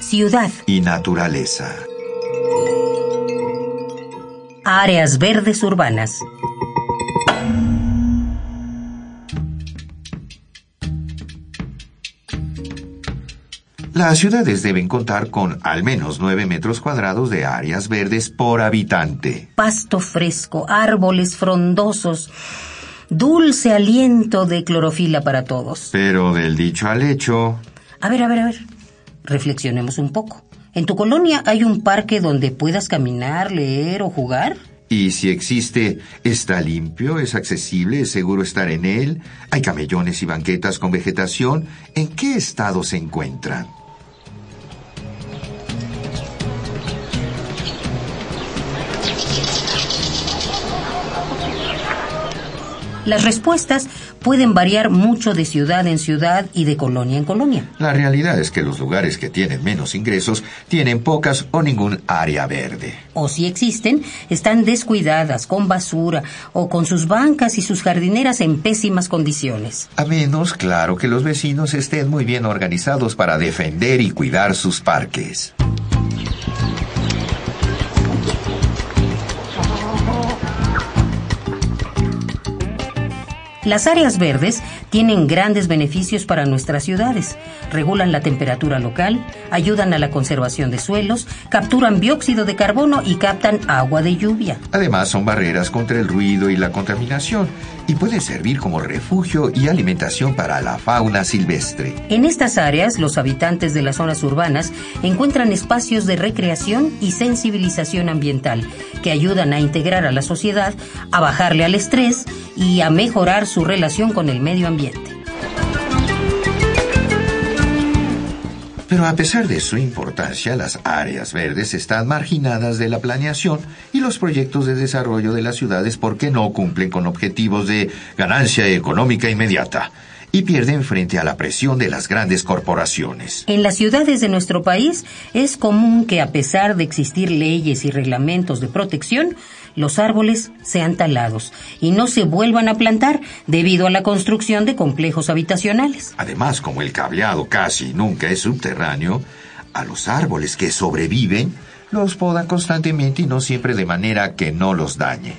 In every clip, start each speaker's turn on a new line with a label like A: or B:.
A: Ciudad,
B: y naturaleza.
A: áreas verdes urbanas.
B: Las ciudades deben contar con al menos 9 metros cuadrados de áreas verdes por habitante.
A: Pasto fresco, árboles frondosos, dulce aliento de clorofila para todos.
B: Pero del dicho al hecho,
A: A ver, a ver, a ver. Reflexionemos un poco. ¿En tu colonia hay un parque donde puedas caminar, leer o jugar?
B: y si existe, está limpio, es accesible, es seguro estar en él, hay camellones y banquetas con vegetación, ¿en qué estado se encuentran?
A: Las respuestas pueden variar mucho de ciudad en ciudad y de colonia en colonia.
B: La realidad es que los lugares que tienen menos ingresos tienen pocas o ningún área verde.
A: O si existen, están descuidadas, con basura o con sus bancas y sus jardineras en pésimas condiciones.
B: A menos, claro, que los vecinos estén muy bien organizados para defender y cuidar sus parques.
A: Las áreas verdes tienen grandes beneficios para nuestras ciudades. Regulan la temperatura local, ayudan a la conservación de suelos, capturan dióxido de carbono y captan agua de lluvia.
B: Además, son barreras contra el ruido y la contaminación y pueden servir como refugio y alimentación para la fauna silvestre.
A: En estas áreas, los habitantes de las zonas urbanas encuentran espacios de recreación y sensibilización ambiental que ayudan a integrar a la sociedad, a bajarle al estrés y a mejorar su relación con el medio ambiente.
B: Pero a pesar de su importancia, las áreas verdes están marginadas de la planeación y los proyectos de desarrollo de las ciudades porque no cumplen con objetivos de ganancia económica inmediata y pierden frente a la presión de las grandes corporaciones.
A: En las ciudades de nuestro país es común que a pesar de existir leyes y reglamentos de protección, los árboles sean talados y no se vuelvan a plantar debido a la construcción de complejos habitacionales.
B: Además, como el cableado casi nunca es subterráneo, a los árboles que sobreviven los podan constantemente y no siempre de manera que no los dañe.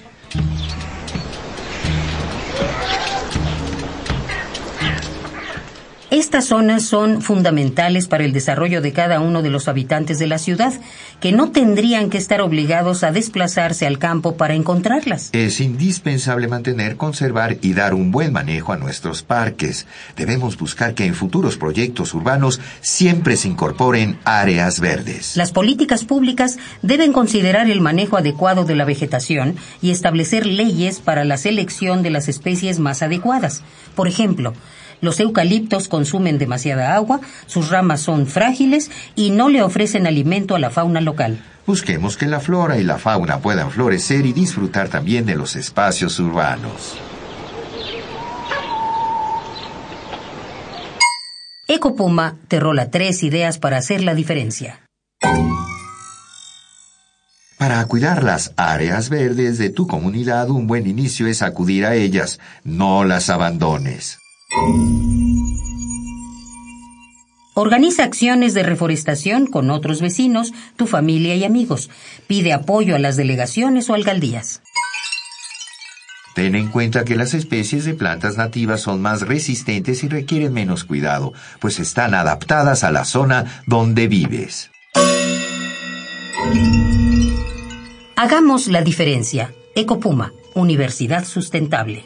A: Estas zonas son fundamentales para el desarrollo de cada uno de los habitantes de la ciudad, que no tendrían que estar obligados a desplazarse al campo para encontrarlas.
B: Es indispensable mantener, conservar y dar un buen manejo a nuestros parques. Debemos buscar que en futuros proyectos urbanos siempre se incorporen áreas verdes.
A: Las políticas públicas deben considerar el manejo adecuado de la vegetación y establecer leyes para la selección de las especies más adecuadas. Por ejemplo, los eucaliptos consumen demasiada agua, sus ramas son frágiles y no le ofrecen alimento a la fauna local.
B: Busquemos que la flora y la fauna puedan florecer y disfrutar también de los espacios urbanos.
A: Ecopuma te rola tres ideas para hacer la diferencia.
B: Para cuidar las áreas verdes de tu comunidad, un buen inicio es acudir a ellas, no las abandones.
A: Organiza acciones de reforestación con otros vecinos, tu familia y amigos. Pide apoyo a las delegaciones o alcaldías.
B: Ten en cuenta que las especies de plantas nativas son más resistentes y requieren menos cuidado, pues están adaptadas a la zona donde vives.
A: Hagamos la diferencia. Ecopuma, Universidad Sustentable.